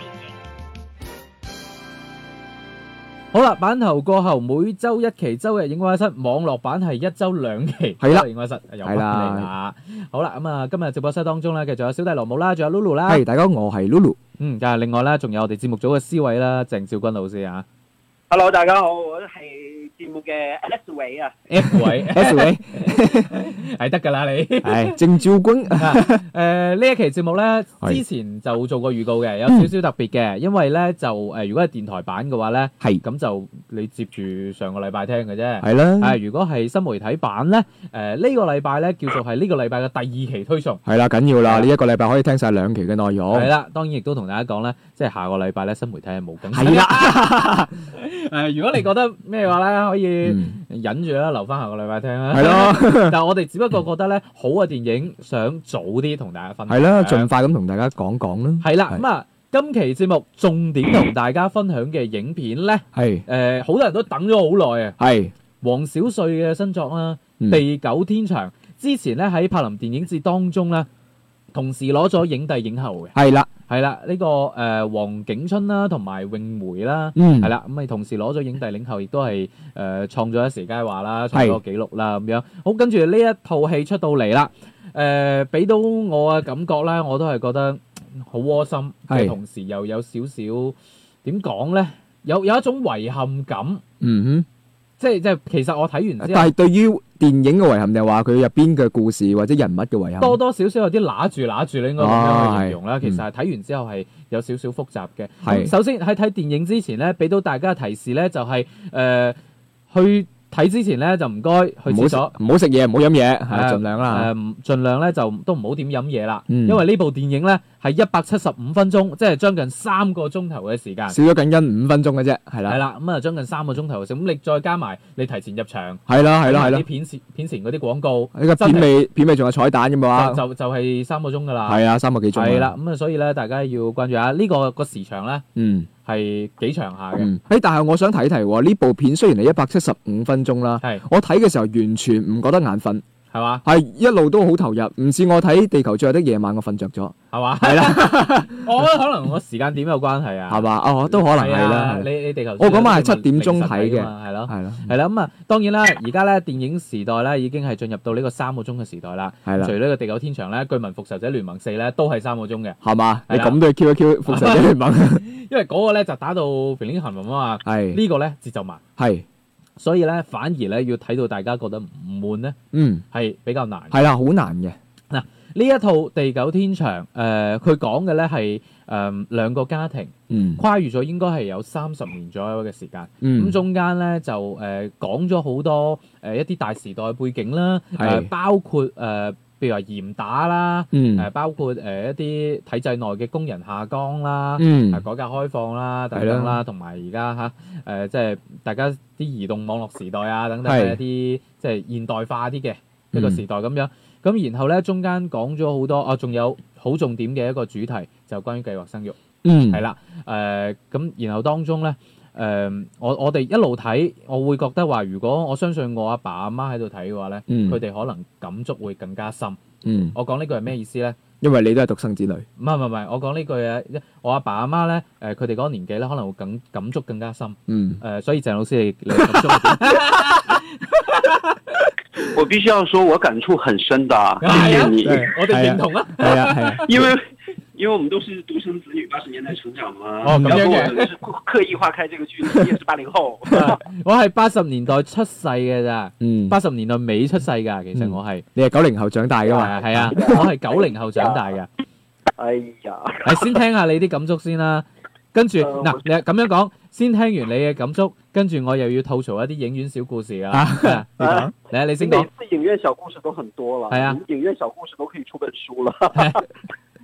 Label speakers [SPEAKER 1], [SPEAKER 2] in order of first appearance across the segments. [SPEAKER 1] 影。
[SPEAKER 2] 好啦，版頭過後，每周一期周日影畫室，網絡版係一周兩期。
[SPEAKER 3] 係啦
[SPEAKER 2] 周日影畫室又翻
[SPEAKER 3] 係
[SPEAKER 2] 嚟
[SPEAKER 3] 啦
[SPEAKER 2] 啦。好啦，咁啊，今日直播室當中咧，繼續有小弟羅姆啦，仲有 Lulu 啦。
[SPEAKER 3] 係，大家好，我係 Lulu。
[SPEAKER 2] 嗯，但係另外啦，仲有我哋節目組嘅思偉啦，鄭少君老師啊
[SPEAKER 4] Hello，大家好，我係節目嘅 Alex Wei 啊。
[SPEAKER 2] ，F 位
[SPEAKER 3] S 位
[SPEAKER 2] 係得㗎啦 你。
[SPEAKER 3] 係鄭照君，
[SPEAKER 2] 誒呢一期節目咧，
[SPEAKER 3] 係
[SPEAKER 2] 之前就做過預告嘅，有少少特別嘅，因為咧就誒、如果係電台版嘅話咧，
[SPEAKER 3] 係
[SPEAKER 2] 咁就你接住上個禮拜聽嘅啫。
[SPEAKER 3] 係啦，
[SPEAKER 2] 係，如果係新媒體版咧，誒、呢、個禮拜咧叫做係呢個禮拜嘅第二期推送，
[SPEAKER 3] 係啦，緊要
[SPEAKER 2] 係啦
[SPEAKER 3] 啦，呢一個禮拜可以聽晒兩期嘅內容。
[SPEAKER 2] 係啦。當然亦都同大家講咧，即係下個禮拜咧新媒體係冇更新。
[SPEAKER 3] 係啦，
[SPEAKER 2] 誒、如果你覺得咩話咧，可以
[SPEAKER 3] 嗯
[SPEAKER 2] 忍住啦，留翻下個禮拜聽啦。
[SPEAKER 3] 係咯，
[SPEAKER 2] 但係我哋只不過覺得咧，好嘅電影想早啲同大家分享。
[SPEAKER 3] 係啦，盡快咁同大家講講啦。
[SPEAKER 2] 係啦，
[SPEAKER 3] 係
[SPEAKER 2] 咁啊，今期節目重點同大家分享嘅影片咧，誒、
[SPEAKER 3] 係
[SPEAKER 2] 好多人都等咗好耐啊，
[SPEAKER 3] 係，
[SPEAKER 2] 黃小瑞嘅新作啦，
[SPEAKER 3] 嗯
[SPEAKER 2] 地久天長》之前咧喺柏林電影節當中咧，同時攞咗影帝影后嘅，
[SPEAKER 3] 係啦，
[SPEAKER 2] 係啦，呢、個誒、黃景春啦，同埋咏梅啦。
[SPEAKER 3] 嗯，
[SPEAKER 2] 係
[SPEAKER 3] 啦，
[SPEAKER 2] 啦，咁咪同時攞咗影帝影后，亦都係誒創咗一時佳話啦，創咗個紀錄啦咁樣。好，跟住呢一套戲出到嚟啦，誒、俾到我嘅感覺咧，我都係覺得嗯好窩心，
[SPEAKER 3] 係
[SPEAKER 2] 嘅同時又有少少點講咧，有有一種遺憾感，
[SPEAKER 3] 嗯
[SPEAKER 2] 即係即係其實我睇完
[SPEAKER 3] 哼，
[SPEAKER 2] 之後
[SPEAKER 3] 但係對於電影嘅遺憾，就係話佢入邊嘅故事或者人物嘅遺憾。
[SPEAKER 2] 多多少少有啲揦住揦住，你應該咁樣去形容啦。
[SPEAKER 3] 啊係
[SPEAKER 2] 其實係睇完之後係有少少複雜嘅。
[SPEAKER 3] 係
[SPEAKER 2] 首先喺睇電影之前咧，俾到大家嘅提示咧，就係、呃去睇之前咧就唔該去
[SPEAKER 3] 唔
[SPEAKER 2] 廁
[SPEAKER 3] 好食
[SPEAKER 2] 所。
[SPEAKER 3] 唔好食嘢，唔好飲嘢，係
[SPEAKER 2] 啊
[SPEAKER 3] 盡量啦。
[SPEAKER 2] 誒，唔盡量咧就都唔好點飲嘢啦，
[SPEAKER 3] 嗯
[SPEAKER 2] 因為呢部電影咧係一百七十五分鐘，即係將近三個鐘頭嘅時間，
[SPEAKER 3] 少咗緊因五分鐘嘅啫，係
[SPEAKER 2] 係
[SPEAKER 3] 啦，
[SPEAKER 2] 啦，咁啊將近三個鐘頭嘅時間，咁你再加埋你提前入場，
[SPEAKER 3] 係啦，係啦，係啦
[SPEAKER 2] 啲。片前片前嗰啲廣告，
[SPEAKER 3] 呢個片尾片尾仲有彩蛋嘅嘛
[SPEAKER 2] 就，就就係三個鐘㗎啦，
[SPEAKER 3] 啊係啊，三個幾鐘啊
[SPEAKER 2] 係啦，，咁啊所以咧大家要關注下呢個個時長咧
[SPEAKER 3] 嗯。
[SPEAKER 2] 係幾長下嘅，
[SPEAKER 3] 嗯，誒，但係我想提提喎，呢部片雖然係一百七十五分鐘啦，
[SPEAKER 2] 係
[SPEAKER 3] 我睇嘅時候完全唔覺得眼瞓，
[SPEAKER 2] 係嘛
[SPEAKER 3] 係一路都好投入，唔似我睇《地球最後的夜晚》我瞓着咗，
[SPEAKER 2] 係嘛，
[SPEAKER 3] 係啦，
[SPEAKER 2] 我覺得可能我時間點有關係啊，
[SPEAKER 3] 係嘛，哦，都可能係
[SPEAKER 2] 係
[SPEAKER 3] 啦
[SPEAKER 2] 啊，你你地球
[SPEAKER 3] 我嗰晚係
[SPEAKER 2] 最後
[SPEAKER 3] 7點鐘睇嘅
[SPEAKER 2] 凌晨㗎嘛係咯。
[SPEAKER 3] 係啦，
[SPEAKER 2] 係啦，咁啊，當然啦，而家咧電影時代咧已經係進入到呢個三個鐘嘅時代啦。
[SPEAKER 3] 係
[SPEAKER 2] 除
[SPEAKER 3] 啦，
[SPEAKER 2] 呢個《地久天長》咧，《巨民復仇者聯盟四》咧都係三個鐘嘅，
[SPEAKER 3] 係嘛，
[SPEAKER 2] 係啊
[SPEAKER 3] 你
[SPEAKER 2] 啦
[SPEAKER 3] 咁都要 Q 一 Q 復仇者聯盟， 啊
[SPEAKER 2] 因為嗰個咧就打到平平行行啊嘛，
[SPEAKER 3] 係
[SPEAKER 2] 呢個咧節奏慢，
[SPEAKER 3] 係，
[SPEAKER 2] 所以咧反而咧要睇到大家覺得唔悶咧
[SPEAKER 3] 嗯，
[SPEAKER 2] 係比較難。
[SPEAKER 3] 係啦，好難嘅，
[SPEAKER 2] 呢一套《地久天長》誒，佢講嘅咧係誒兩個家庭
[SPEAKER 3] 嗯
[SPEAKER 2] 跨越咗應該係有三十年左右嘅時間。咁
[SPEAKER 3] 嗯，
[SPEAKER 2] 中間咧就誒講咗好多誒、呃一啲大時代背景啦，誒、
[SPEAKER 3] 係
[SPEAKER 2] 包括誒、呃譬如話嚴打啦，誒、
[SPEAKER 3] 嗯
[SPEAKER 2] 包括誒、呃一啲體制內嘅工人下崗啦。
[SPEAKER 3] 嗯
[SPEAKER 2] 啊，改革開放啦，等等啦，同埋而家嚇誒，即係大家啲移動網絡時代啊，等等嘅一啲
[SPEAKER 3] 係
[SPEAKER 2] 即係現代化啲嘅一
[SPEAKER 3] 嗯
[SPEAKER 2] 個時代咁樣。咁然後咧，中間講咗好多啊，仲有好重點嘅一個主題，就關於計劃生育。
[SPEAKER 3] 嗯，
[SPEAKER 2] 係啊啦，誒、咁然後當中咧，誒、呃我我哋一路睇，我會覺得話，如果我相信我阿爸阿媽喺度睇嘅話咧，
[SPEAKER 3] 嗯
[SPEAKER 2] 佢哋、可能感觸會更加深。
[SPEAKER 3] 嗯，
[SPEAKER 2] 我講呢句係咩意思咧？
[SPEAKER 3] 因為你都係獨生子女，
[SPEAKER 2] 唔係唔係唔係，我講呢句啊，我阿爸阿媽咧，誒佢哋嗰個年紀咧，可能會感感觸更加深。誒、
[SPEAKER 3] 嗯，
[SPEAKER 2] 所以鄭老師你 你嘅感觸係點
[SPEAKER 4] 我必须要说，我感触很深的啊，
[SPEAKER 2] 哎
[SPEAKER 4] 谢谢你，
[SPEAKER 3] 对
[SPEAKER 2] 我哋認同啊，
[SPEAKER 3] 係啊係啊，
[SPEAKER 4] 因为因为我们都是独生子女，八十年代成长嘛。
[SPEAKER 2] 哦咁
[SPEAKER 4] 然
[SPEAKER 2] 样
[SPEAKER 4] 后
[SPEAKER 2] 嘅
[SPEAKER 4] 我是刻意划开这个距离，你也是八零后。
[SPEAKER 2] 我係八十年代出世嘅咋，
[SPEAKER 3] 嗯，
[SPEAKER 2] 八十年代尾出世㗎，其實
[SPEAKER 3] 嗯
[SPEAKER 2] 我係
[SPEAKER 3] 你係九零後長大噶嘛，
[SPEAKER 2] 係啊，我係九零後長大㗎。
[SPEAKER 4] 哎呀，
[SPEAKER 2] 係先聽下你啲感觸先啦，跟住
[SPEAKER 4] 誒
[SPEAKER 2] 嗱
[SPEAKER 4] 我
[SPEAKER 2] 你咁樣講，先聽完你嘅感觸，跟住我又要吐槽一啲影院小故事噶啦。係啊
[SPEAKER 3] 你講
[SPEAKER 2] 嚟啊，你 先
[SPEAKER 4] 每
[SPEAKER 2] 講，
[SPEAKER 4] 次影院小故事都很多了，
[SPEAKER 2] 哎呀
[SPEAKER 4] 我们影院小故事都可以出本书了。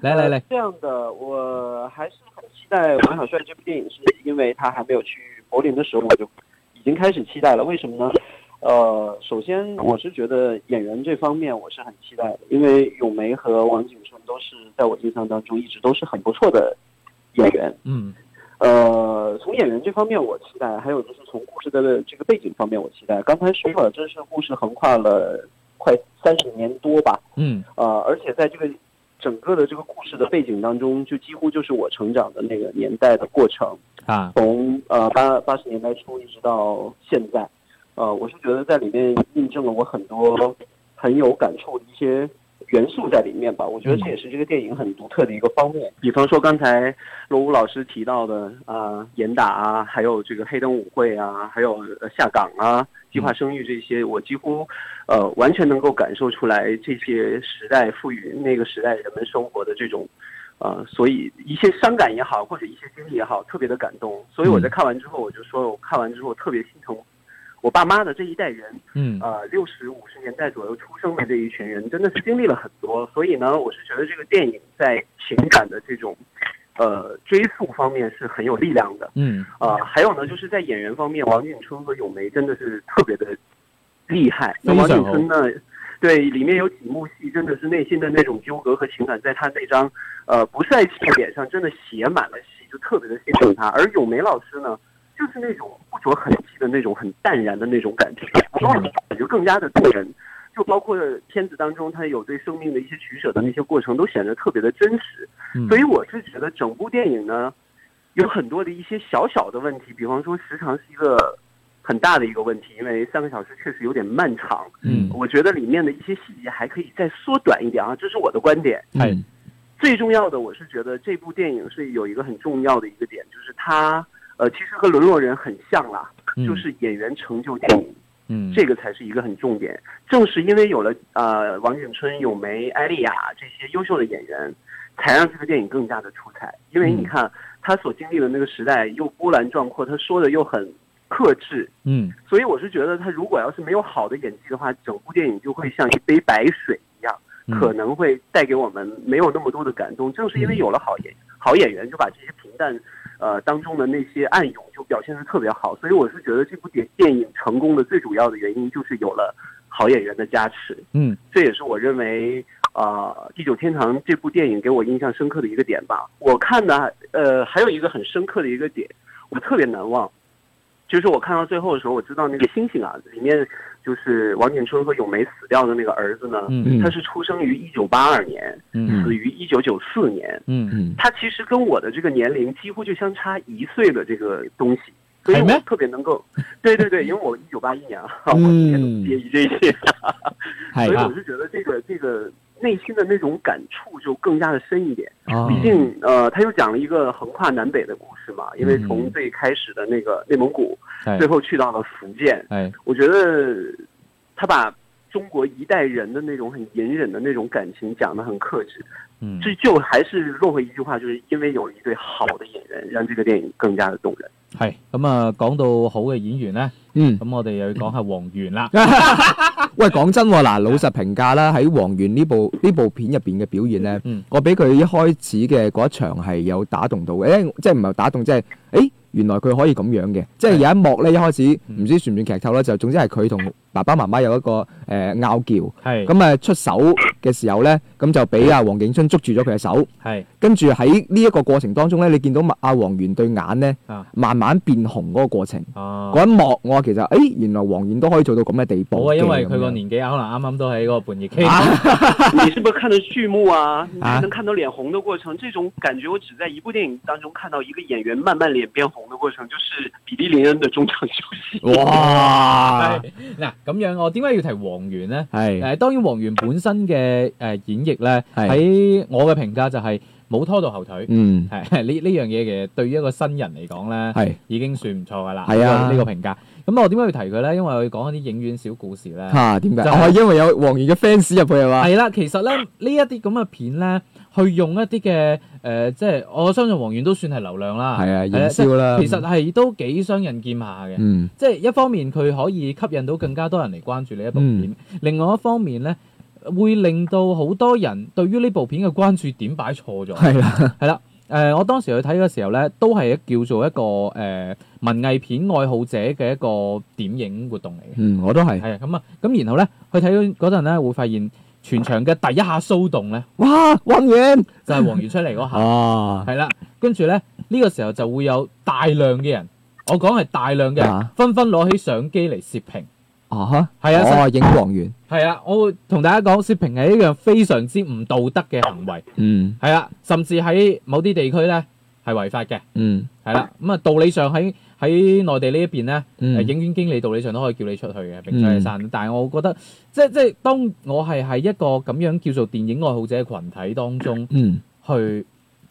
[SPEAKER 2] 嚟嚟嚟，
[SPEAKER 4] 这样的，我还是很期待王小帅这部电影，是因为他还没有去柏林的时候，我就已经开始期待了。为什么呢？呃，首先我是觉得演员这方面我是很期待的，因为咏梅和王景春都是在我印象当中一直都是很不错的演员。
[SPEAKER 2] 嗯
[SPEAKER 4] 呃，从演员这方面我期待，还有就是从故事的这个背景方面我期待。刚才说了，这是故事横跨了快三十年多吧，
[SPEAKER 2] 嗯
[SPEAKER 4] 呃，而且在这个整个的这个故事的背景当中，就几乎就是我成长的那个年代的过程。
[SPEAKER 2] 啊
[SPEAKER 4] 从呃八八十年代初一直到现在，呃，我是觉得在里面印证了我很多很有感触的一些元素在里面吧。我觉得这也是这个电影很独特的一个方面。比方说刚才罗武老师提到的啊，严、打啊，还有这个黑灯舞会啊，还有呃下岗啊。计划生育这些，我几乎，呃，完全能够感受出来这些时代赋予那个时代人们生活的这种呃，所以一些伤感也好，或者一些经历也好，特别的感动。所以我在看完之后，我就说，我看完之后特别心疼我爸妈的这一代人，
[SPEAKER 2] 嗯
[SPEAKER 4] 呃，六十五十年代左右出生的这一群人，真的是经历了很多。所以呢，我是觉得这个电影在情感的这种，呃，追溯方面是很有力量的。
[SPEAKER 2] 嗯
[SPEAKER 4] 啊、还有呢，就是在演员方面，王景春和咏梅真的是特别的厉害。那
[SPEAKER 2] 非
[SPEAKER 4] 王
[SPEAKER 2] 常
[SPEAKER 4] 景春呢，对里面有几幕戏，真的是内心的那种纠葛和情感，在他那张呃不帅气的脸上，真的写满了戏，就特别的欣赏他。而咏梅老师呢，就是那种不着痕迹的那种很淡然的那种感觉，感觉更加的动人。就包括片子当中，他有对生命的一些取舍的那些过程，都显得特别的真实。
[SPEAKER 2] 嗯
[SPEAKER 4] 所以我是觉得整部电影呢，有很多的一些小小的问题，比方说时长是一个很大的一个问题，因为三个小时确实有点漫长。
[SPEAKER 2] 嗯
[SPEAKER 4] 我觉得里面的一些细节还可以再缩短一点啊，这是我的观点。
[SPEAKER 2] 係
[SPEAKER 3] 嗯
[SPEAKER 4] 最重要的，我是觉得这部电影是有一个很重要的一个点，就是它呃其实和《沦落人》很像啦，
[SPEAKER 2] 嗯
[SPEAKER 4] 就是演员成就电影。
[SPEAKER 2] 嗯
[SPEAKER 4] 这个才是一个很重点。正是因为有了呃王景春、咏梅、艾丽亚这些优秀的演员，才让这个电影更加的出彩。因为你看他所经历的那个时代又波澜壮阔，他说的又很克制，
[SPEAKER 2] 嗯
[SPEAKER 4] 所以我是觉得他如果要是没有好的演技的话，整部电影就会像一杯白水一样，
[SPEAKER 2] 嗯
[SPEAKER 4] 可能会带给我们没有那么多的感动。正是因为有了好演好演员，就把这些平淡。呃，当中的那些暗涌就表现的特别好，所以我是觉得这部电电影成功的最主要的原因就是有了好演员的加持，
[SPEAKER 2] 嗯
[SPEAKER 4] 这也是我认为啊，呃《地久天长》这部电影给我印象深刻的一个点吧。我看呢，呃，还有一个很深刻的一个点，我特别难忘，就是我看到最后的时候，我知道那个星星啊，里面就是王景春和咏梅死掉的那个儿子呢，
[SPEAKER 2] 嗯
[SPEAKER 4] 他是出生于一九八二年，
[SPEAKER 2] 嗯
[SPEAKER 4] 死于一九九四年，
[SPEAKER 2] 嗯
[SPEAKER 3] 嗯
[SPEAKER 4] 他其实跟我的这个年龄几乎就相差一岁的这个东西，所以
[SPEAKER 2] 是
[SPEAKER 4] 我
[SPEAKER 2] 咩
[SPEAKER 4] 特别能够，对对对，因为我一九八一年啊，我
[SPEAKER 3] 嗯哎
[SPEAKER 4] 介意这些，所以
[SPEAKER 3] 係
[SPEAKER 4] 我是觉得这个这个内心的那种感触就更加的深一点。
[SPEAKER 3] 嗯
[SPEAKER 2] 哦
[SPEAKER 4] 毕竟呃，他又讲了一个横跨南北的故事嘛，因为从
[SPEAKER 3] 嗯哎
[SPEAKER 4] 最开始的那个内蒙古，
[SPEAKER 2] 係
[SPEAKER 4] 最后去到了福建，
[SPEAKER 2] 係
[SPEAKER 4] 我觉得他把中国一代人的那种很隐忍的那种感情讲得很克制。
[SPEAKER 2] 嗯
[SPEAKER 4] 这就还是落回一句话，就是因为有了一对好的演员，让这个电影更加的动人。
[SPEAKER 2] 係咁啊，講到好嘅演員咧，
[SPEAKER 3] 嗯。
[SPEAKER 2] 咁我哋又要講下黃源啦。
[SPEAKER 3] 啊喂，講真喎，嗱，老實評價啦，喺黃源呢部呢部片入邊嘅表現咧，
[SPEAKER 2] 嗯
[SPEAKER 3] 我俾佢一開始嘅嗰一場係有打動到嘅，因為即係唔係打動，即係誒原來佢可以咁樣嘅，即係有一幕咧，一開始
[SPEAKER 2] 嗯
[SPEAKER 3] 唔知算唔算劇透啦，就總之係佢同爸爸媽媽有一個誒、呃拗撬，
[SPEAKER 2] 係
[SPEAKER 3] 咁啊出手嘅時候咧，咁就俾阿黃景春捉住咗佢嘅手，
[SPEAKER 2] 係
[SPEAKER 3] 跟住喺呢一個過程當中咧，你見到阿黃源對眼咧
[SPEAKER 2] 啊
[SPEAKER 3] 慢慢變紅嗰個過程。
[SPEAKER 2] 啊，
[SPEAKER 3] 嗰一幕我其實，誒、原來黃源都可以做到咁嘅地步
[SPEAKER 2] 好啊，
[SPEAKER 3] 嘅
[SPEAKER 2] 因為
[SPEAKER 3] 咁
[SPEAKER 2] 佢個
[SPEAKER 3] 樣
[SPEAKER 2] 年紀可能啱啱都喺嗰個叛逆期。
[SPEAKER 4] 你是不是看的序幕啊？你
[SPEAKER 3] 啊
[SPEAKER 4] 才能看到脸红的过程。这种感觉，我只在一部电影当中看到一个演员慢慢脸变红的过程，就是比利林恩的中场休息。
[SPEAKER 3] 哇！
[SPEAKER 2] 係 嗱，咁樣我點解要提黃源咧？
[SPEAKER 3] 係
[SPEAKER 2] 誒，當然黃源本身嘅誒演繹咧，
[SPEAKER 3] 係
[SPEAKER 2] 喺我嘅評價就係冇拖到後腿。
[SPEAKER 3] 嗯
[SPEAKER 2] 係 呢呢樣嘢其實對於一個新人嚟講咧。
[SPEAKER 3] 係
[SPEAKER 2] 已經算唔錯㗎啦。
[SPEAKER 3] 係
[SPEAKER 2] 呢
[SPEAKER 3] 啊
[SPEAKER 2] 個呢個評價。咁我點解要提佢咧？因為我要講一啲影院小故事咧。
[SPEAKER 3] 嚇點解？
[SPEAKER 2] 就
[SPEAKER 3] 哦，因為有黃源嘅 fans 入去係嘛？
[SPEAKER 2] 係啦，其實咧呢一啲咁嘅片咧，去用一啲嘅誒，即係我相信黃源都算係流量啦。
[SPEAKER 3] 係啊，
[SPEAKER 2] 係啊
[SPEAKER 3] 燃燒啦。
[SPEAKER 2] 其實係都幾雙刃劍下嘅。
[SPEAKER 3] 嗯
[SPEAKER 2] 即係一方面佢可以吸引到更加多人嚟關注呢一部
[SPEAKER 3] 嗯
[SPEAKER 2] 片，另外一方面咧會令到好多人對於呢部片嘅關注點擺錯咗。
[SPEAKER 3] 係啦，
[SPEAKER 2] 係啦，誒，我當時去睇嘅時候咧，都係一叫做一個誒、文藝片愛好者嘅一個點映活動嚟嘅。
[SPEAKER 3] 嗯，我都係。
[SPEAKER 2] 係啊，咁啊，咁然後咧，去睇嗰陣咧，會發現全場嘅第一下騷動咧，
[SPEAKER 3] 哇，温遠
[SPEAKER 2] 就係、黃元出嚟嗰下，
[SPEAKER 3] 啊，
[SPEAKER 2] 係啦、跟住咧呢、個時候就會有大量嘅人，我講係大量嘅人
[SPEAKER 3] 啊，
[SPEAKER 2] 紛紛攞起相機嚟攝屏。
[SPEAKER 3] 啊哈，
[SPEAKER 2] 係啊
[SPEAKER 3] 哦，影王源，
[SPEAKER 2] 係啊，我會同大家講，攝屏係一樣非常之唔道德嘅行為。
[SPEAKER 3] 嗯
[SPEAKER 2] 係啦，甚至喺某啲地區咧係違法嘅。
[SPEAKER 3] 嗯
[SPEAKER 2] 係啦，咁啊道理上喺喺內地呢一邊咧，誒、
[SPEAKER 3] 嗯
[SPEAKER 2] 影院經理道理上都可以叫你出去嘅，並且係散。但係我覺得，即即係當我係喺一個咁樣叫做電影愛好者嘅群體當中
[SPEAKER 3] 嗯
[SPEAKER 2] 去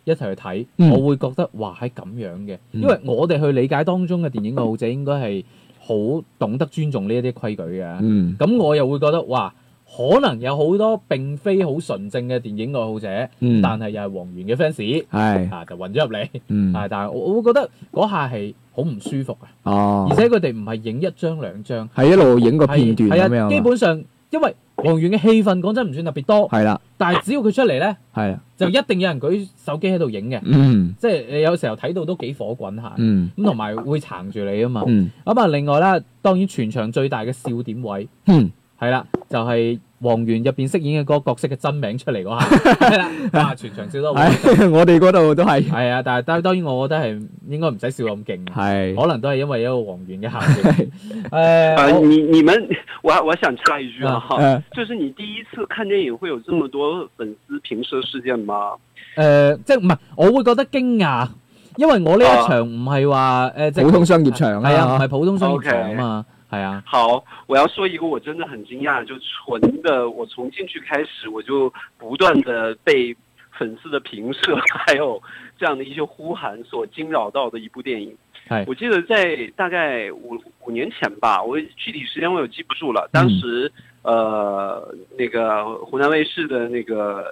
[SPEAKER 2] 一齊去睇，
[SPEAKER 3] 嗯
[SPEAKER 2] 我會覺得哇係咁樣嘅，
[SPEAKER 3] 嗯
[SPEAKER 2] 因為我哋去理解當中嘅電影愛好者應該係好懂得尊重呢一啲規矩嘅。
[SPEAKER 3] 嗯
[SPEAKER 2] 咁我又會覺得哇，可能有好多並非好純正嘅電影愛好者，
[SPEAKER 3] 嗯，
[SPEAKER 2] 但係又係黃源嘅 fans
[SPEAKER 3] 係
[SPEAKER 2] 啊，就混咗入嚟。
[SPEAKER 3] 嗯
[SPEAKER 2] 啊！但係我我會覺得嗰下係好唔舒服啊，
[SPEAKER 3] 哦
[SPEAKER 2] 而，且佢哋唔係影一張兩張，
[SPEAKER 3] 係一路影個
[SPEAKER 2] 係
[SPEAKER 3] 片段咁
[SPEAKER 2] 係
[SPEAKER 3] 樣
[SPEAKER 2] 啊，
[SPEAKER 3] 啊，
[SPEAKER 2] 基本上因為黃源嘅戲份講真唔算特別多，
[SPEAKER 3] 係啦，
[SPEAKER 2] 但係只要佢出嚟咧，
[SPEAKER 3] 係啊，
[SPEAKER 2] 就一定有人舉手機喺度影嘅，
[SPEAKER 3] 嗯
[SPEAKER 2] 即係你有時候睇到都幾火滾下，
[SPEAKER 3] 嗯
[SPEAKER 2] 咁同埋會撐住你啊嘛。
[SPEAKER 3] 嗯
[SPEAKER 2] 咁啊，另外啦，當然全場最大嘅笑點位
[SPEAKER 3] 嗯，
[SPEAKER 2] 係啦，就係黃源入邊飾演嘅嗰個角色嘅真名出嚟嗰 下，係啦，哇！全場笑得好開心，
[SPEAKER 3] 係我哋嗰度都係，
[SPEAKER 2] 係啊，但係但係當然我覺得係應該唔使笑咁勁嘅。啊
[SPEAKER 3] 係
[SPEAKER 2] 可能都係因為一個黃源嘅效 應。誒、
[SPEAKER 4] 呃，
[SPEAKER 2] 我
[SPEAKER 4] 你你们，我我想插一句啊，哈、
[SPEAKER 3] 嗯
[SPEAKER 4] 就是你第一次看电影会有这么多粉丝评射事件吗？
[SPEAKER 2] 誒呃即係唔係？我會覺得驚訝，因為我呢一場唔係話誒即係
[SPEAKER 3] 啊普通商業場
[SPEAKER 2] 係啊，唔
[SPEAKER 3] 啊
[SPEAKER 2] 係，普通商業場啊嘛，係啊，
[SPEAKER 4] 好，我要说一个我真的很惊讶，就纯的，我从进去开始我就不断的被粉丝的评射，还有这样的一些呼喊所惊扰到的一部电影
[SPEAKER 2] 哎。
[SPEAKER 4] 我记得在大概五五年前吧，我具体时间我也记不住了。当时，呃，那个湖南卫视的那个《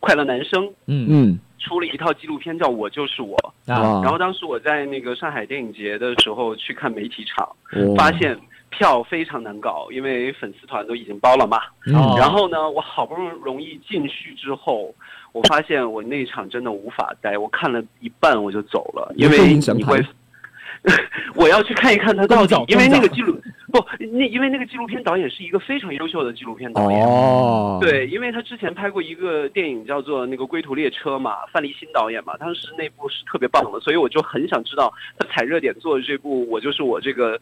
[SPEAKER 4] 快乐男声》
[SPEAKER 2] 嗯
[SPEAKER 3] 嗯
[SPEAKER 4] 出了一套纪录片叫《我就是我》，
[SPEAKER 2] 啊，
[SPEAKER 4] 然后当时我在那个上海电影节的时候去看媒体场，
[SPEAKER 3] 哦
[SPEAKER 4] 发现票非常难搞，因为粉丝团都已经包了嘛。
[SPEAKER 3] 嗯
[SPEAKER 2] 哦
[SPEAKER 4] 然后呢，我好不容易进去之后，我发现我那场真的无法待，我看了一半我就走了，因为
[SPEAKER 3] 你会影
[SPEAKER 4] 你
[SPEAKER 3] 响
[SPEAKER 4] 会， 我要去看一看他到底
[SPEAKER 2] 更早，
[SPEAKER 4] 因为那个
[SPEAKER 2] 更早
[SPEAKER 4] 纪录不，那因为那个纪录片导演是一个非常优秀的纪录片导演。
[SPEAKER 3] 哦，
[SPEAKER 4] 对，因为他之前拍过一个电影叫做那个《归途列车》嘛，范立新导演嘛，当时那部是特别棒的，所以我就很想知道他踩热点做的这部《我就是我》这个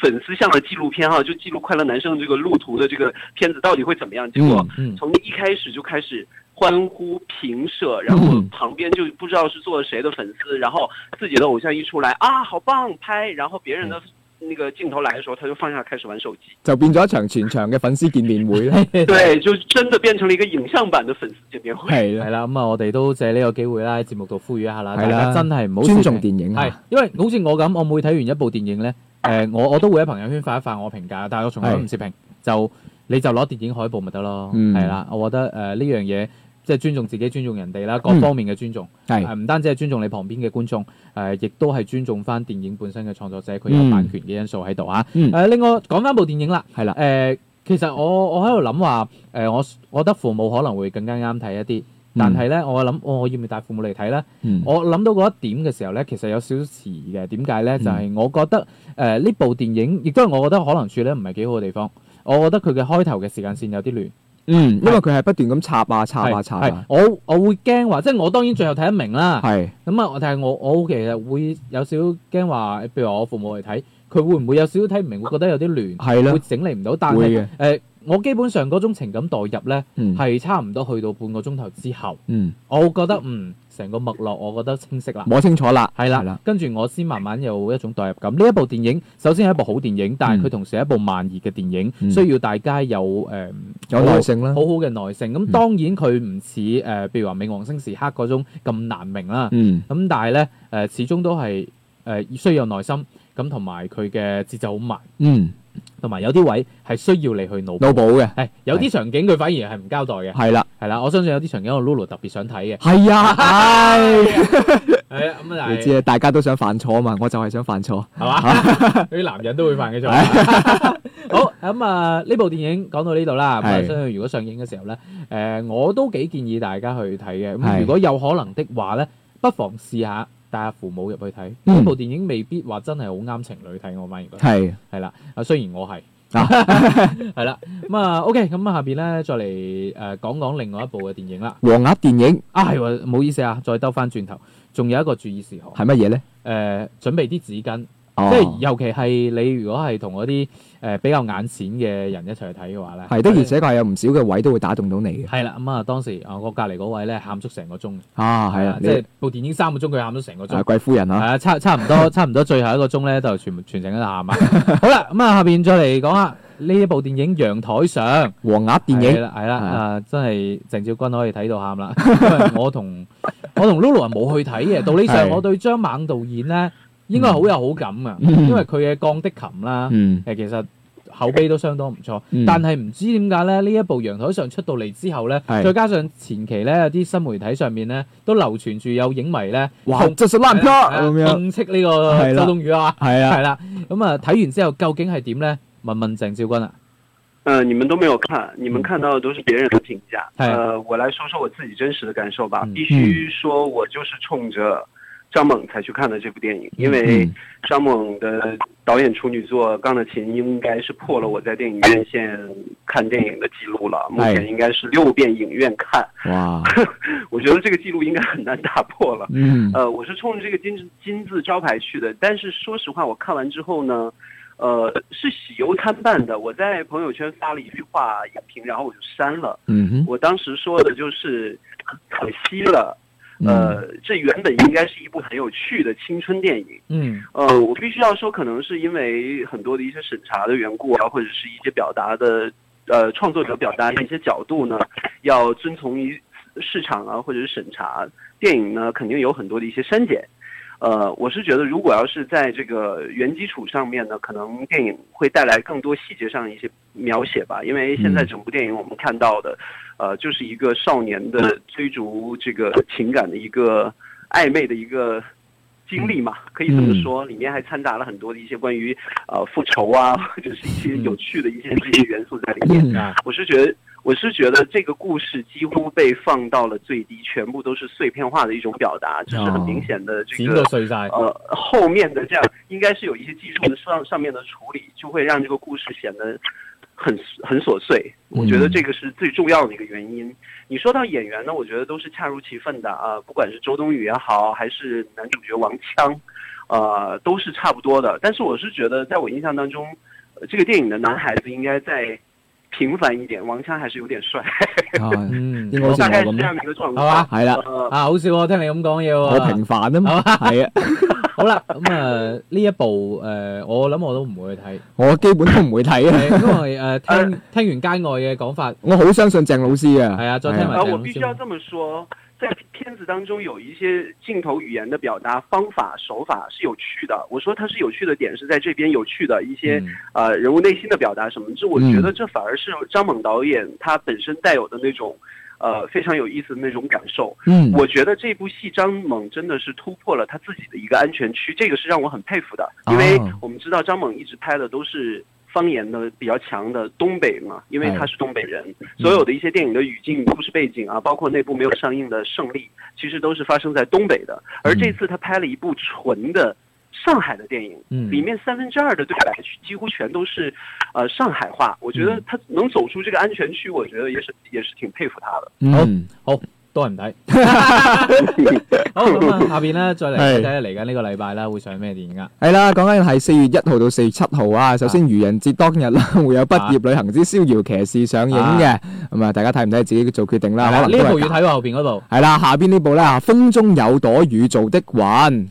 [SPEAKER 4] 粉丝向的纪录片哈、就记录快乐男生这个路途的这个片子到底会怎么样。结果
[SPEAKER 2] 嗯
[SPEAKER 4] 从一开始就开始欢呼评射，然后
[SPEAKER 3] 嗯
[SPEAKER 4] 旁边就不知道是做了谁的粉丝，然后自己的偶像一出来啊，好棒拍，然后别人的那个镜头来的时候，他就放下开始玩手机。
[SPEAKER 3] 就變咗一場全場嘅粉絲見面會 咧，
[SPEAKER 4] 对，就真的变成了一个影像版的粉丝见面会。
[SPEAKER 3] 係
[SPEAKER 2] 係
[SPEAKER 3] 啦，
[SPEAKER 2] 啦，咁啊，我哋都借呢個機會啦，喺節目度呼籲一下啦，大
[SPEAKER 3] 係啦
[SPEAKER 2] 家真係唔好
[SPEAKER 3] 尊
[SPEAKER 2] 視
[SPEAKER 3] 重
[SPEAKER 2] 平
[SPEAKER 3] 電影
[SPEAKER 2] 係
[SPEAKER 3] 啊，，
[SPEAKER 2] 因為好似我咁，我每睇完一部電影咧，誒、我我都會喺朋友圈發一發我評價，但係我從來都唔攝評，就你就攞電影海報咪得咯，係、
[SPEAKER 3] 嗯
[SPEAKER 2] 啦，我覺得誒呃呢、樣嘢即係尊重自己、尊重人哋啦，各
[SPEAKER 3] 嗯
[SPEAKER 2] 方面嘅尊重。誒
[SPEAKER 3] 係
[SPEAKER 2] 唔單止係尊重你旁邊嘅觀眾，誒、亦都係尊重翻電影本身嘅創作者，佢
[SPEAKER 3] 嗯
[SPEAKER 2] 有版權嘅因素喺度啊。誒、
[SPEAKER 3] 嗯
[SPEAKER 2] 另外講翻部電影啦，
[SPEAKER 3] 係
[SPEAKER 2] 誒、
[SPEAKER 3] 啦，
[SPEAKER 2] 其實我我喺度諗話，誒、呃我我覺得父母可能會更加啱睇一啲，但係咧，我諗、哦我要唔要帶父母嚟睇咧？
[SPEAKER 3] 嗯
[SPEAKER 2] 我諗到嗰一點嘅時候咧，其實有少少遲疑嘅。點解咧？
[SPEAKER 3] 嗯
[SPEAKER 2] 就係、我覺得誒呢、部電影，亦都係我覺得可能處理得唔係幾好嘅地方。我覺得佢嘅開頭嘅時間線有啲亂。
[SPEAKER 3] 嗯，因為佢係不斷咁插啊插啊
[SPEAKER 2] 係
[SPEAKER 3] 插
[SPEAKER 2] 係
[SPEAKER 3] 啊，
[SPEAKER 2] 我我會驚話，即係我當然最後睇得明啦。
[SPEAKER 3] 係
[SPEAKER 2] 咁啊，但係我我其實會有少少驚話，譬如話我父母嚟睇，佢會唔會有少少睇唔明，會覺得有啲亂，
[SPEAKER 3] 啊係
[SPEAKER 2] 會
[SPEAKER 3] 啦，
[SPEAKER 2] 整理唔到。但
[SPEAKER 3] 會
[SPEAKER 2] 係誒
[SPEAKER 3] 嘅、
[SPEAKER 2] 我基本上嗰種情感代入咧，
[SPEAKER 3] 嗯
[SPEAKER 2] 係差唔多去到半個鐘頭之後，
[SPEAKER 3] 嗯，
[SPEAKER 2] 我覺得嗯成個脈絡，我覺得清晰啦。
[SPEAKER 3] 摸清楚啦，
[SPEAKER 2] 係
[SPEAKER 3] 係啦
[SPEAKER 2] 啦，跟住我先慢慢有一種代入感。呢一部電影首先係一部好電影，但係佢
[SPEAKER 3] 嗯
[SPEAKER 2] 同時係一部慢熱嘅電影，
[SPEAKER 3] 嗯
[SPEAKER 2] 需要大家有誒、呃
[SPEAKER 3] 有耐性啦
[SPEAKER 2] 好，好嘅耐性。咁
[SPEAKER 3] 嗯
[SPEAKER 2] 當然佢唔似誒，呃譬如話《美王星時刻》嗰種咁難明啦。
[SPEAKER 3] 嗯
[SPEAKER 2] 咁但係咧誒，始終都係誒、需要有耐心，咁同埋佢嘅節奏好慢，
[SPEAKER 3] 嗯，
[SPEAKER 2] 同埋有啲位係需要你去腦
[SPEAKER 3] 腦
[SPEAKER 2] 補。
[SPEAKER 3] 補嘅，
[SPEAKER 2] 係有啲場景佢反而係唔交代嘅，
[SPEAKER 3] 係啦，
[SPEAKER 2] 係啦，我相信有啲場景我 Lulu 特別想睇嘅，
[SPEAKER 3] 係啊，唉，
[SPEAKER 2] 係啊，咁但
[SPEAKER 3] 你知
[SPEAKER 2] 係
[SPEAKER 3] 啊，大家都想犯錯啊嘛，我就係想犯錯，
[SPEAKER 2] 係嘛， 啲男人都會犯嘅錯。 好咁啊，呢部電影講到呢度啦，咁啊，
[SPEAKER 3] 係
[SPEAKER 2] 相信如果上映嘅時候咧，誒我都幾建議大家去睇嘅。咁
[SPEAKER 3] 係
[SPEAKER 2] 如果有可能的話咧，不妨試下帶阿父母入去睇。呢、
[SPEAKER 3] 嗯
[SPEAKER 2] 部電影未必話真係好啱情侶睇，我反而覺得
[SPEAKER 3] 係
[SPEAKER 2] 係啦。啊，雖然我係
[SPEAKER 3] 啊
[SPEAKER 2] 係啦，咁啊 OK，咁啊下邊咧再嚟誒講講另外一部嘅電影啦。
[SPEAKER 3] 黃鴨電影
[SPEAKER 2] 啊係喎，唔好意思啊，再兜翻轉頭，仲有一個注意事項，誒、
[SPEAKER 3] 係乜嘢咧？
[SPEAKER 2] 準備啲紙巾。
[SPEAKER 3] 哦
[SPEAKER 2] 即係尤其係你如果係同嗰啲誒比較眼淺嘅人一齊去睇嘅話咧，
[SPEAKER 3] 係的，而且確係有唔少嘅位都會打動到你嘅。
[SPEAKER 2] 係啦。咁啊，當時啊，我隔離嗰位咧喊足成個鐘，
[SPEAKER 3] 啊，係啊，
[SPEAKER 2] 即
[SPEAKER 3] 你
[SPEAKER 2] 係部電影三個鐘，佢喊咗成個鐘
[SPEAKER 3] 啊，。貴夫人
[SPEAKER 2] 係
[SPEAKER 3] 啊，
[SPEAKER 2] 啊，差差唔多，差唔多最後一個鐘咧，就全全程喺度喊啊！ 好啦，咁啊，下邊再嚟講下呢一部電影《陽台上》
[SPEAKER 3] 黃鴨電
[SPEAKER 2] 係
[SPEAKER 3] 影
[SPEAKER 2] 啦，係啦，
[SPEAKER 3] 係啊
[SPEAKER 2] 啊，真係鄭少君可以睇到 喊啦，因為我同我同 Lulu 係冇去睇嘅。道理上，
[SPEAKER 3] 係
[SPEAKER 2] 我對張猛導演咧應該好有好感啊，
[SPEAKER 3] 嗯
[SPEAKER 2] 因為佢嘅鋼的琴啦，
[SPEAKER 3] 嗯，
[SPEAKER 2] 誒其實口碑都相當唔錯。
[SPEAKER 3] 嗯
[SPEAKER 2] 但係唔知點解咧，呢一部陽台上出到嚟之後咧，
[SPEAKER 3] 係
[SPEAKER 2] 再加上前期咧有啲新媒體上面咧都流傳住有影迷咧
[SPEAKER 3] 哇，
[SPEAKER 2] 痛
[SPEAKER 3] 真係爛片
[SPEAKER 2] 係啊
[SPEAKER 3] 咁樣，
[SPEAKER 2] 痛斥呢個
[SPEAKER 3] 係啦
[SPEAKER 2] 周冬雨啊，
[SPEAKER 3] 係啊，
[SPEAKER 2] 係啦，咁啊睇完之後究竟係點咧？問問鄭少君啊，
[SPEAKER 4] 呃，你们都没有看，你
[SPEAKER 3] 嗯
[SPEAKER 4] 们看到的都是别人的评价。
[SPEAKER 2] 哎
[SPEAKER 4] 呃，我来说说我自己真实的感受吧
[SPEAKER 2] 嗯。
[SPEAKER 4] 必须说，我就是冲着张猛才去看的这部电影，因为
[SPEAKER 3] 嗯
[SPEAKER 4] 张猛的导演处女作《钢的琴》应该是破了我在电影院线看电影的记录了，目
[SPEAKER 3] 哎
[SPEAKER 4] 前应该是六遍影院看，
[SPEAKER 3] 哇，
[SPEAKER 4] 我觉得这个记录应该很难打破了。
[SPEAKER 3] 嗯，
[SPEAKER 4] 呃，我是冲着这个金金字招牌去的，但是说实话，我看完之后呢，呃，是喜忧参半的。我在朋友圈发了一句话影评，然后我就删了。
[SPEAKER 3] 嗯
[SPEAKER 4] 我当时说的就是可惜了，
[SPEAKER 3] 哼，
[SPEAKER 4] 呃，这原本应该是一部很有趣的青春电影。
[SPEAKER 2] 嗯
[SPEAKER 4] 呃，我必须要说，可能是因为很多的一些审查的缘故啊，或者是一些表达的呃创作者表达的一些角度呢，要遵从于市场啊，或者是审查电影呢，肯定有很多的一些删减。呃，我是觉得，如果要是在这个原基础上面呢，可能电影会带来更多细节上的一些描写吧。因为现在
[SPEAKER 3] 嗯
[SPEAKER 4] 整部电影我们看到的，呃，就是一个少年的追逐这个情感的一个暧昧的一个经历嘛，可以这么
[SPEAKER 3] 嗯
[SPEAKER 4] 说。里面还掺杂了很多的一些关于呃复仇啊， 或者是一些有趣的一些这些元素在里面。
[SPEAKER 3] 嗯
[SPEAKER 2] 啊
[SPEAKER 4] 我是觉得，我是觉得这个故事几乎被放到了最低，全部都是碎片化的一种表达，这是很明显的这
[SPEAKER 2] 剪
[SPEAKER 4] 个
[SPEAKER 2] 到。碎晒，
[SPEAKER 4] 呃，后面的这样应该是有一些技术的上上面的处理，就会让这个故事显得很很琐碎。我觉得这个是最重要的一个原因。你说到演员呢，我觉得都是恰如其分的啊，不管是周冬雨也好，还是男主角王锵，呃，都是差不多的。但是我是觉得，在我印象当中，呃这个电影的男孩子应该再平凡一点，王锵还是有点帅，
[SPEAKER 3] 啊，
[SPEAKER 2] 嗯
[SPEAKER 3] 應該好似
[SPEAKER 4] 大
[SPEAKER 3] 我
[SPEAKER 4] 概是
[SPEAKER 3] 咁
[SPEAKER 4] 这
[SPEAKER 3] 啦，
[SPEAKER 4] 样的一个状
[SPEAKER 2] 好
[SPEAKER 4] 况
[SPEAKER 2] 吧。
[SPEAKER 3] 係啦，
[SPEAKER 4] 呃，
[SPEAKER 2] 啊好笑啊！聽你咁講嘢
[SPEAKER 3] 我
[SPEAKER 2] 喎，
[SPEAKER 3] 平凡啊
[SPEAKER 2] 好
[SPEAKER 3] 嘛，係啊，
[SPEAKER 2] 好啦，咁啊呢一部誒我諗我都唔會去 睇，
[SPEAKER 3] 我基本都唔會睇 啊，
[SPEAKER 2] 係因為誒
[SPEAKER 3] 呃
[SPEAKER 2] 聽聽完街外嘅講法，
[SPEAKER 3] 我好相信鄭老師啊，
[SPEAKER 2] 係啊再聽埋
[SPEAKER 4] 啊，
[SPEAKER 2] 鄭老
[SPEAKER 4] 我
[SPEAKER 2] 師
[SPEAKER 4] 必须要这么说，在片子当中有一些镜头语言的表达方法、手法是有趣的。我说它是有趣的点是在这边有趣的一些、
[SPEAKER 2] 嗯
[SPEAKER 4] 呃人物内心的表达什么，这我
[SPEAKER 3] 嗯
[SPEAKER 4] 觉得这反而是张猛导演他本身带有的那种。呃，非常有意思的那种感受。
[SPEAKER 3] 嗯，
[SPEAKER 4] 我觉得这部戏张猛真的是突破了他自己的一个安全区，这个是让我很佩服的。因为
[SPEAKER 3] 哦
[SPEAKER 4] 我们知道张猛一直拍的都是方言的比较强的东北嘛，因为
[SPEAKER 3] 哎嗯
[SPEAKER 4] 他是东北人，所有的一些电影的语境、故事背景啊，包括那部没有上映的《胜利》，其实都是发生在东北的。
[SPEAKER 3] 嗯
[SPEAKER 4] 而这次他拍了一部纯的上海的电影，
[SPEAKER 2] 嗯
[SPEAKER 4] 里面三分之二的对白几乎全都是呃上海话。我觉得
[SPEAKER 2] 嗯
[SPEAKER 4] 他能走出这个安全区，我觉得也是也是挺佩服他的。
[SPEAKER 3] 嗯，
[SPEAKER 2] 都係唔 睇。好咁啊，下邊咧再嚟睇
[SPEAKER 3] 係
[SPEAKER 2] 睇嚟緊呢個禮拜啦，會上咩電影啊？
[SPEAKER 3] 係啦，講緊係四月一號到四月七號啊。首先愚人節當日啦，
[SPEAKER 2] 啊
[SPEAKER 3] 會有《畢業旅行之逍遙騎士》上映嘅，咁啊，大家睇唔睇自己做決定啦。
[SPEAKER 2] 係啦
[SPEAKER 3] 啊可能
[SPEAKER 2] 呢一
[SPEAKER 3] 都
[SPEAKER 2] 部要
[SPEAKER 3] 係
[SPEAKER 2] 睇喎後邊嗰部。
[SPEAKER 3] 係啦，下邊呢部啦，《風中有朵雨做的雲》，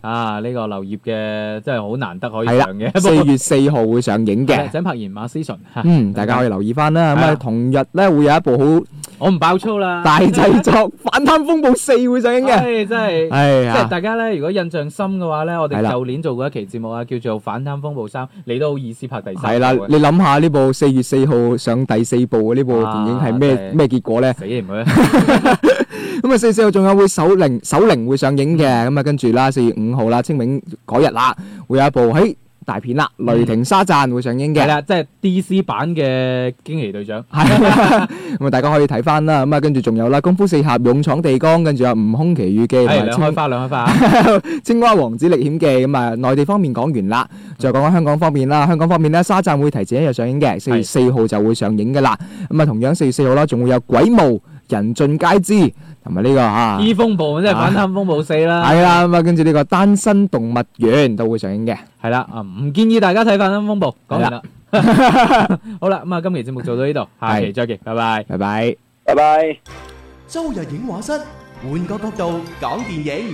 [SPEAKER 2] 啊！呢、個劉燁嘅真係好難得可以
[SPEAKER 3] 係啦
[SPEAKER 2] 上 嘅，
[SPEAKER 3] 四月四號會上映 嘅。
[SPEAKER 2] 井柏然馬思純， 嚇
[SPEAKER 3] 嗯，大家可以留意翻啦。咁
[SPEAKER 2] 係
[SPEAKER 3] 啊
[SPEAKER 2] 啦，
[SPEAKER 3] 同日咧會有一部
[SPEAKER 2] 我唔爆粗
[SPEAKER 3] 好
[SPEAKER 2] 啦，
[SPEAKER 3] 大製作《反貪風暴四》會上映嘅。
[SPEAKER 2] 唉真 係。
[SPEAKER 3] 係
[SPEAKER 2] 即係
[SPEAKER 3] 啊，
[SPEAKER 2] 大家咧，如果印象深嘅話咧，我
[SPEAKER 3] 係
[SPEAKER 2] 哋
[SPEAKER 3] 啦
[SPEAKER 2] 舊年做過一期節目啊，叫做《反貪風暴三》，你都好意思拍第三
[SPEAKER 3] 係啦，
[SPEAKER 2] 部嘅
[SPEAKER 3] 你諗下呢部四月四號上第四部嘅呢部電影係
[SPEAKER 2] 啊
[SPEAKER 3] 咩
[SPEAKER 2] 真係
[SPEAKER 3] 咩結果咧？
[SPEAKER 2] 死啊你唔去，
[SPEAKER 3] 咁啊，四月四號仲有會首零首零會上映嘅，咁啊跟住啦，四月五號啦，清明嗰日啦，會有一部喺大片啦，《雷霆沙贊》會上映
[SPEAKER 2] 系
[SPEAKER 3] 嘅。
[SPEAKER 2] 啦，即係 DC 版嘅驚奇隊長，
[SPEAKER 3] 系咁啊，大家可以睇翻啦。咁啊，跟住仲有啦，《功夫四俠》《勇闖地江》，跟住有《悟空奇遇記》
[SPEAKER 2] 係兩
[SPEAKER 3] 同埋
[SPEAKER 2] 開
[SPEAKER 3] 青
[SPEAKER 2] 花兩開 花，
[SPEAKER 3] 啊青蛙王子歷險記》。咁啊，內地方面講完啦，再講講香港方面啦。香港方面呢，沙贊會提前一日上映嘅，四月四號就會上映嘅啦。咁啊，同樣四月四號啦，仲會有《鬼霧》《人盡皆知》同埋呢個啊。
[SPEAKER 2] 醫 E 風暴即係反貪風暴四 啦，
[SPEAKER 3] 系啦，咁啊，跟住呢個單身動物園都會上映嘅。
[SPEAKER 2] 係啦，啊唔建議大家睇反貪風暴，講完啦。 好啦，咁啊，今期節目做到呢度，下期
[SPEAKER 3] 係
[SPEAKER 2] 再見，拜拜。
[SPEAKER 3] 拜拜。
[SPEAKER 4] 拜拜。
[SPEAKER 1] 周日影畫室，換個角度講電影。